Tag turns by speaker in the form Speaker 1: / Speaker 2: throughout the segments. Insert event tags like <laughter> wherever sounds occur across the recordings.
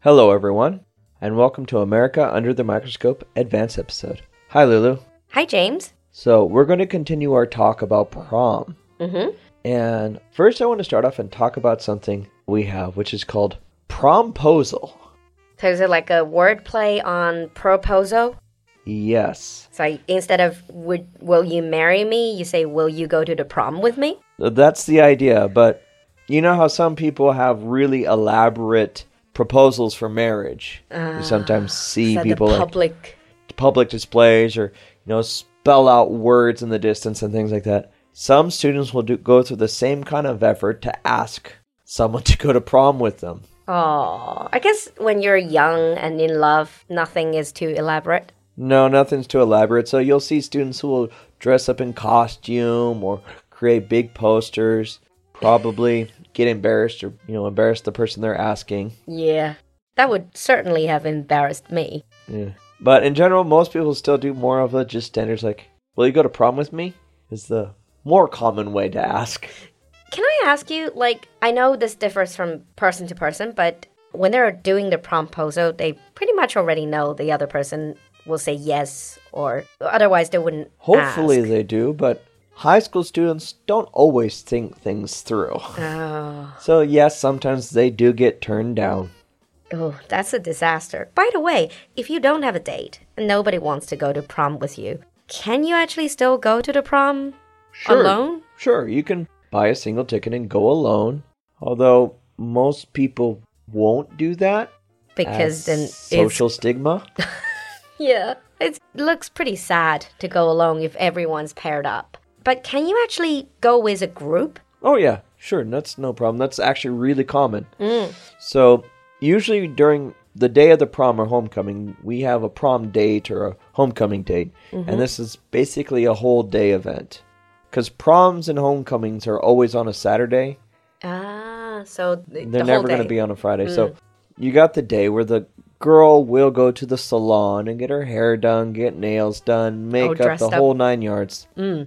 Speaker 1: Hello, everyone, and welcome to America Under the Microscope Advanced Episode. Hi, Lulu.
Speaker 2: Hi, James.
Speaker 1: So, we're going to continue our talk about prom.
Speaker 2: Mm-hmm.
Speaker 1: And first, I want to start off and talk about something we have, which is called promposal.
Speaker 2: So is it like a wordplay on proposal?
Speaker 1: Yes.
Speaker 2: So instead of would will you marry me, you say will you go to the prom with me?
Speaker 1: That's the idea, but you know how some people have really elaborate proposals for marriage. you sometimes see
Speaker 2: so
Speaker 1: people
Speaker 2: the
Speaker 1: like
Speaker 2: public
Speaker 1: public displays or you know spell out words in the distance and things like that. Some students will do, go through the same kind of effort to ask someone <laughs> to go to prom with them.
Speaker 2: Oh, I guess when you're young and in love, nothing is too elaborate.
Speaker 1: No, nothing's too elaborate. So you'll see students who will dress up in costume or create big posters, probably get embarrassed or you know embarrass the person they're asking.
Speaker 2: Yeah. That would certainly have embarrassed me.
Speaker 1: Yeah. But in general, most people still do more of the just standards like, "Will you go to prom with me?" is the more common way to ask.
Speaker 2: Can I ask you, like, I know this differs from person to person, but when they're doing the promposal, they pretty much already know the other person will say yes or otherwise they wouldn't.
Speaker 1: Hopefully
Speaker 2: ask.
Speaker 1: they do, but high school students don't always think things through.
Speaker 2: Oh,
Speaker 1: So yes, sometimes they do get turned down.
Speaker 2: oh, that's a disaster. By the way, if you don't have a date and nobody wants to go to prom with you, can you actually still go to the prom? Alone?
Speaker 1: Sure, you can buy a single ticket and go alone. Although most people won't do that as
Speaker 2: Because then it's
Speaker 1: social stigma.
Speaker 2: Yeah. It looks pretty sad to go alone if everyone's paired up. But can you actually go as a group?
Speaker 1: Oh yeah, sure. That's no problem. That's actually really common.
Speaker 2: Mm.
Speaker 1: So usually during the day of the prom or homecoming, we have a prom date or a homecoming date,
Speaker 2: Mm-hmm.
Speaker 1: and this is basically a whole day event. Because proms and homecomings are always on a Saturday.
Speaker 2: Ah, so th-
Speaker 1: They're
Speaker 2: the
Speaker 1: never
Speaker 2: whole
Speaker 1: going
Speaker 2: day.
Speaker 1: to
Speaker 2: Mm.
Speaker 1: be on a Friday. So you got the day where the girl will go to the salon and get her hair done, get nails done, make up
Speaker 2: Oh, dressed
Speaker 1: the
Speaker 2: up.
Speaker 1: whole nine yards.
Speaker 2: Mm.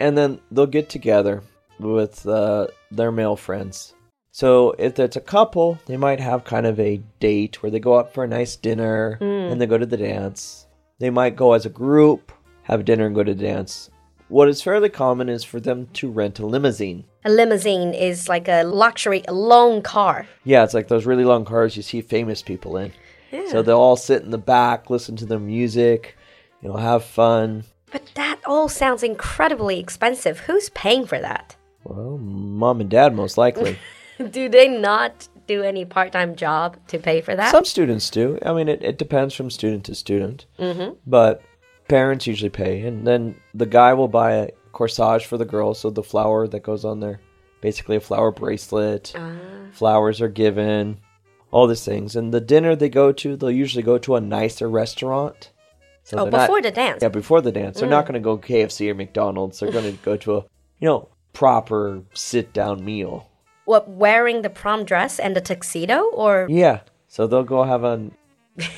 Speaker 1: and then they'll get together with uh, their male friends. So if it's a couple, they might have kind of a date where they go out for a nice dinner and they go to the dance. They might go as a group, have dinner and go to dance. What is fairly common is for them to rent a limousine.
Speaker 2: A limousine is like a luxury alone car.
Speaker 1: Yeah, it's like those really long cars you see famous people in.
Speaker 2: Yeah.
Speaker 1: So they'll all sit in the back, listen to the music, you know, have fun.
Speaker 2: But that all sounds incredibly expensive. Who's paying for that? <laughs>
Speaker 1: Well, mom and dad most likely.
Speaker 2: Do they not do any part-time job to pay for that?
Speaker 1: Some students do. I mean, it, it depends from student to student. Mm-hmm. But parents usually pay. And then the guy will buy a corsage for the girl. So the flower that goes on there, basically a flower bracelet.
Speaker 2: Ah.
Speaker 1: Flowers are given, all these things. And the dinner they go to, they'll usually go to a nicer restaurant. So
Speaker 2: oh,
Speaker 1: they're not-
Speaker 2: before the dance. Mm.
Speaker 1: Yeah, before the dance. They're not going to go KFC or McDonald's. They're going to go to a, you know, proper sit down meal.
Speaker 2: What, wearing the prom dress and the tuxedo or
Speaker 1: Yeah. So they'll go have a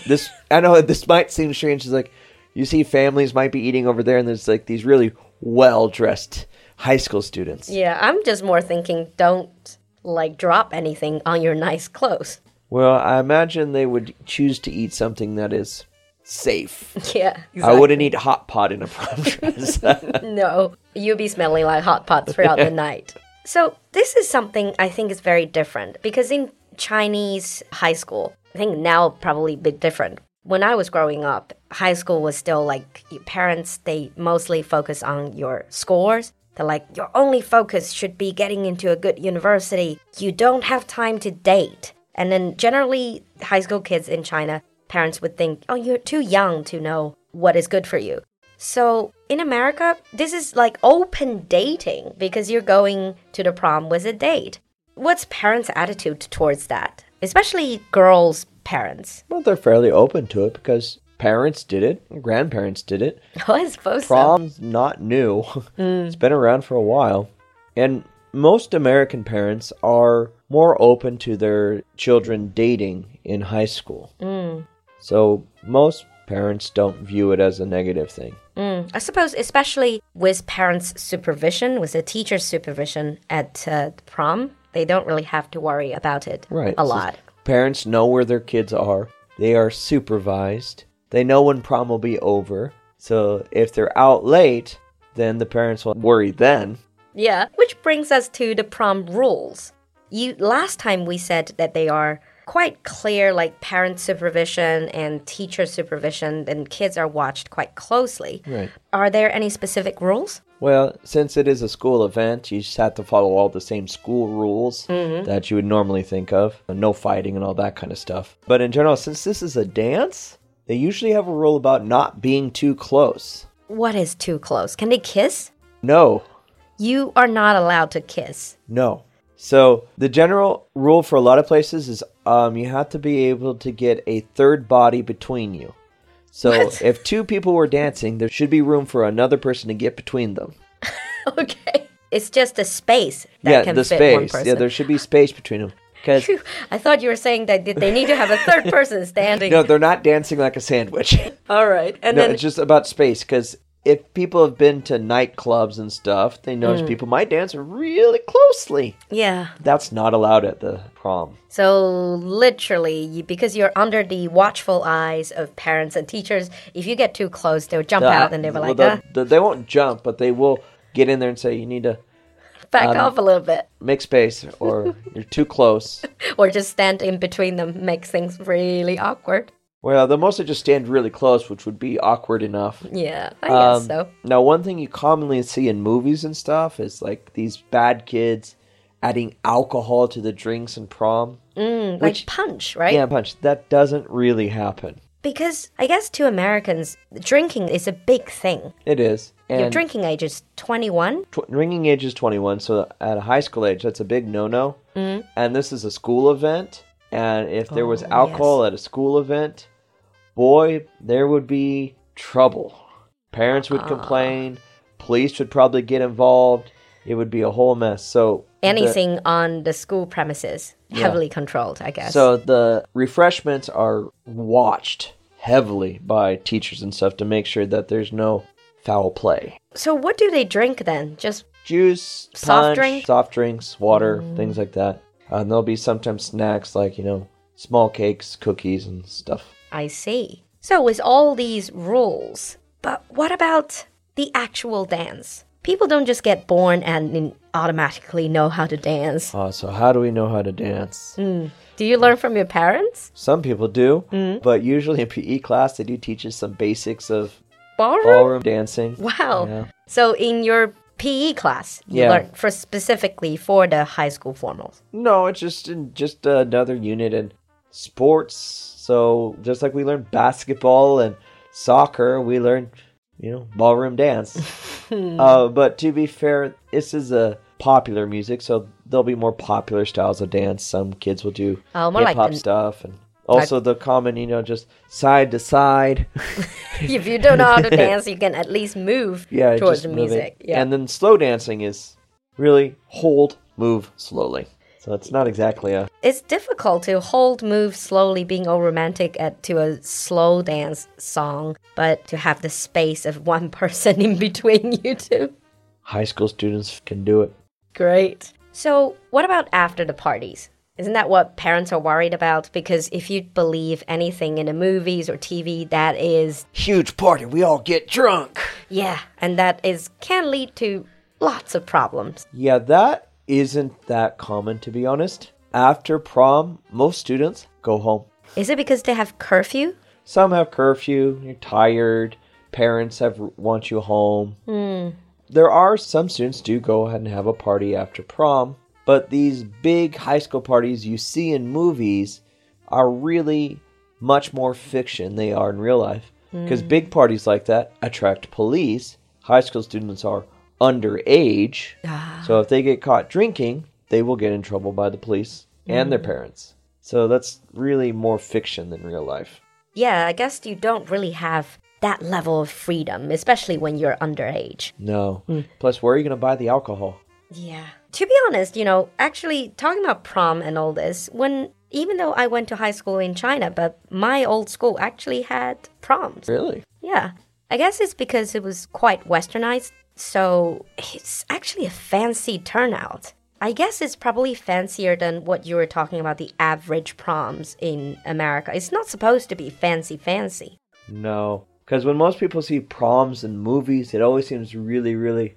Speaker 1: this. I know this might seem strange. It's like you see families might be eating over there, and there's like these really well dressed high school students.
Speaker 2: Yeah, I'm just more thinking don't like drop anything on your nice clothes. <laughs>
Speaker 1: Well, I imagine they would choose to eat something that is safe.
Speaker 2: Yeah.
Speaker 1: I wouldn't eat hot pot in a prom dress. <laughs>
Speaker 2: <laughs> No, you'll be smelling like hot pot throughout the night. So, this is something I think is very different because in Chinese high school, I think now probably a bit different. When I was growing up, high school was still like your parents, they mostly focus on your scores. They're like, your only focus should be getting into a good university. You don't have time to date. And then generally, high school kids in China, parents would think, oh, you're too young to know what is good for you. So in America, this is like open dating because you're going to the prom with a date. What's parents' attitude towards that? Especially girls' parents. <laughs>
Speaker 1: well, they're fairly open to it because parents did it, grandparents did it.
Speaker 2: Oh, I suppose so.
Speaker 1: Prom's not new. <laughs> It's been around for a while. And most American parents are more open to their children dating in high school. So most parents don't view it as a negative thing.
Speaker 2: Mm, I suppose, especially with parents' supervision, with a teacher's supervision at uh, prom, they don't really have to worry about it
Speaker 1: Right.
Speaker 2: a
Speaker 1: It's just
Speaker 2: lot.
Speaker 1: Parents know where their kids are. They are supervised. They know when prom will be over. So if they're out late, then the parents will worry then.
Speaker 2: Yeah, which brings us to the prom rules. You last time we said that they are quite clear like parent supervision and teacher supervision and kids are watched quite closely.
Speaker 1: Right.
Speaker 2: Are there any specific rules?
Speaker 1: Well, since it is a school event, you just have to follow all the same school rules
Speaker 2: Mm-hmm.
Speaker 1: that you would normally think of. No fighting and all that kind of stuff. But in general, since this is a dance, they usually have a rule about not being too close.
Speaker 2: What is too close? Can they kiss?
Speaker 1: No,
Speaker 2: You are not allowed to kiss. <laughs>
Speaker 1: no. So the general rule for a lot of places is um, you have to be able to get a third body between you. So
Speaker 2: What?
Speaker 1: if two people were dancing, there should be room for another person to get between them.
Speaker 2: okay. It's just a space that
Speaker 1: yeah,
Speaker 2: can
Speaker 1: the
Speaker 2: fit one
Speaker 1: space.
Speaker 2: person.
Speaker 1: Yeah, there should be space between them. Because
Speaker 2: Phew, <laughs> I thought you were saying that they need to have a
Speaker 1: <laughs>
Speaker 2: third person standing.
Speaker 1: no, they're not dancing like a sandwich.
Speaker 2: All right.
Speaker 1: <laughs>
Speaker 2: And
Speaker 1: no,
Speaker 2: then
Speaker 1: it's just about space. Because if people have been to nightclubs and stuff, they notice
Speaker 2: Mm.
Speaker 1: people might dance really closely.
Speaker 2: yeah.
Speaker 1: That's not allowed at the prom.
Speaker 2: So literally, you, because you're under the watchful eyes of parents and teachers, if you get too close, they'll jump out and they'll be
Speaker 1: well,
Speaker 2: like,
Speaker 1: they'll-
Speaker 2: "Ah,
Speaker 1: they- they won't jump, but they will get in there and say you need to
Speaker 2: back off a little bit, <laughs>
Speaker 1: make space or you're too close.
Speaker 2: or just stand in between them, makes things really awkward.
Speaker 1: Well, they'll mostly just stand really close, which would be awkward enough.
Speaker 2: Yeah, I guess
Speaker 1: Um,
Speaker 2: so.
Speaker 1: Now, one thing you commonly see in movies and stuff is like these bad kids adding alcohol to the drinks in prom.
Speaker 2: Mm, like punch, right?
Speaker 1: Yeah, punch. That doesn't really happen.
Speaker 2: Because I guess to Americans, drinking is a big thing.
Speaker 1: It is. And
Speaker 2: Your drinking age is 21.
Speaker 1: tw- drinking age is 21, so at a high school age, that's a big no no. Mm. And this is a school event. And if there was
Speaker 2: Oh,
Speaker 1: alcohol at a school event, boy, there would be trouble. Parents would complain, police would probably get involved. It would be a whole mess. So, the-
Speaker 2: Anything on the school premises, heavily controlled, I guess.
Speaker 1: So the refreshments are watched heavily by teachers and stuff to make sure that there's no foul play.
Speaker 2: so what do they drink then? Just
Speaker 1: Juice, punch,
Speaker 2: Soft drink? Mm.
Speaker 1: soft drinks, water, things like that. Uh, and there'll be sometimes snacks like you know small cakes, cookies, and stuff.
Speaker 2: I see. So, with all these rules, but what about the actual dance? People don't just get born and then automatically know how to dance.
Speaker 1: Uh, so how do we know how to dance?
Speaker 2: Mm. Do you learn from your parents?
Speaker 1: Some people do,
Speaker 2: Mm.
Speaker 1: but usually <laughs> in PE class they do teach us some basics of
Speaker 2: Ballroom?
Speaker 1: ballroom dancing.
Speaker 2: Wow.
Speaker 1: Yeah.
Speaker 2: So, in your PE class, you
Speaker 1: Yeah.
Speaker 2: learn for specifically for the high school formals.
Speaker 1: No, it's just in just another unit in sports. So just like we learned basketball and soccer, we learned you know ballroom
Speaker 2: <laughs>
Speaker 1: dance. uh, but to be fair, this is a popular music, so there'll be more popular styles of dance. Some kids will do
Speaker 2: Oh, more
Speaker 1: hip
Speaker 2: like
Speaker 1: hop
Speaker 2: the-
Speaker 1: stuff, and also the common you know just side to side. <laughs>
Speaker 2: if you don't know how to dance, you can at least move
Speaker 1: yeah,
Speaker 2: towards
Speaker 1: just
Speaker 2: the
Speaker 1: moving.
Speaker 2: music. Yeah.
Speaker 1: and then slow dancing is really hold move slowly. So it's not exactly a
Speaker 2: it's difficult to hold move slowly being all romantic at, to a slow dance song but to have the space of one <laughs> person in between <laughs> you two
Speaker 1: high school students can do it.
Speaker 2: great so what about after the parties isn't that what parents are worried about because if you believe anything in the movies or tv that is
Speaker 1: Huge party, we all get drunk.
Speaker 2: yeah and that is can lead to lots of problems
Speaker 1: Yeah, that isn't that common to be honest. After prom, most students go home.
Speaker 2: is it because they have curfew
Speaker 1: Some have curfew, you're tired, parents have want you home. There are some students do go ahead and have a party after prom, but these big high school parties you see in movies are really much more fiction than they are in real life. Because big parties like that attract police. High school students are underage. So if they get caught drinking, they will get in trouble by the police and their parents. So that's really more fiction than real life.
Speaker 2: yeah i guess you don't really have that level of freedom especially when you're underage
Speaker 1: No.
Speaker 2: Hmm.
Speaker 1: Plus, where are you going to buy the alcohol?
Speaker 2: Yeah. To be honest, you know, actually talking about prom and all this, when even though I went to high school in China, but my old school actually had proms.
Speaker 1: Really?
Speaker 2: Yeah. I guess it's because it was quite westernized, so it's actually a fancy turnout. I guess it's probably fancier than what you were talking about the average proms in America. It's not supposed to be fancy, fancy.
Speaker 1: No. Because when most people see proms in movies, it always seems really, really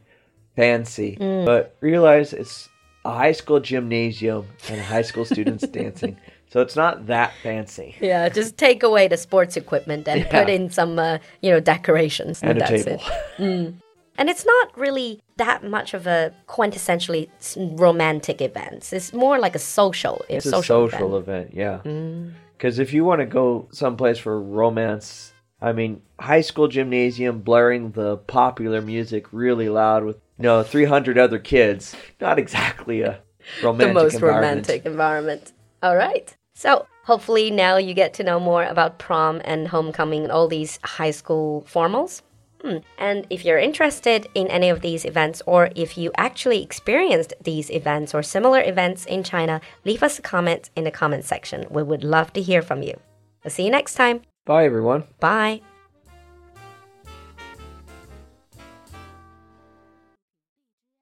Speaker 1: fancy.
Speaker 2: Hmm.
Speaker 1: But realize it's a high school gymnasium and high school
Speaker 2: <laughs>
Speaker 1: students dancing. So it's not that fancy.
Speaker 2: Yeah, just take away the sports equipment and
Speaker 1: <laughs> Yeah.
Speaker 2: put in some, uh, you know, decorations.
Speaker 1: And a
Speaker 2: that's
Speaker 1: table.
Speaker 2: It. And it's not really that much of a quintessentially s- romantic event. It's more like a social,
Speaker 1: It's a social event, Mm. yeah. Because if you want to go someplace for romance, I mean, high school gymnasium blaring the popular music really loud with you know 300 other kids, not exactly a romantic
Speaker 2: the most
Speaker 1: environment.
Speaker 2: romantic environment. All right. So hopefully now you get to know more about prom and homecoming and all these high school formals. Hmm. And if you're interested in any of these events, or if you actually experienced these events or similar events in China, leave us a comment in the comment section. We would love to hear from you. I'll see you next time.
Speaker 1: Bye, everyone.
Speaker 2: Bye.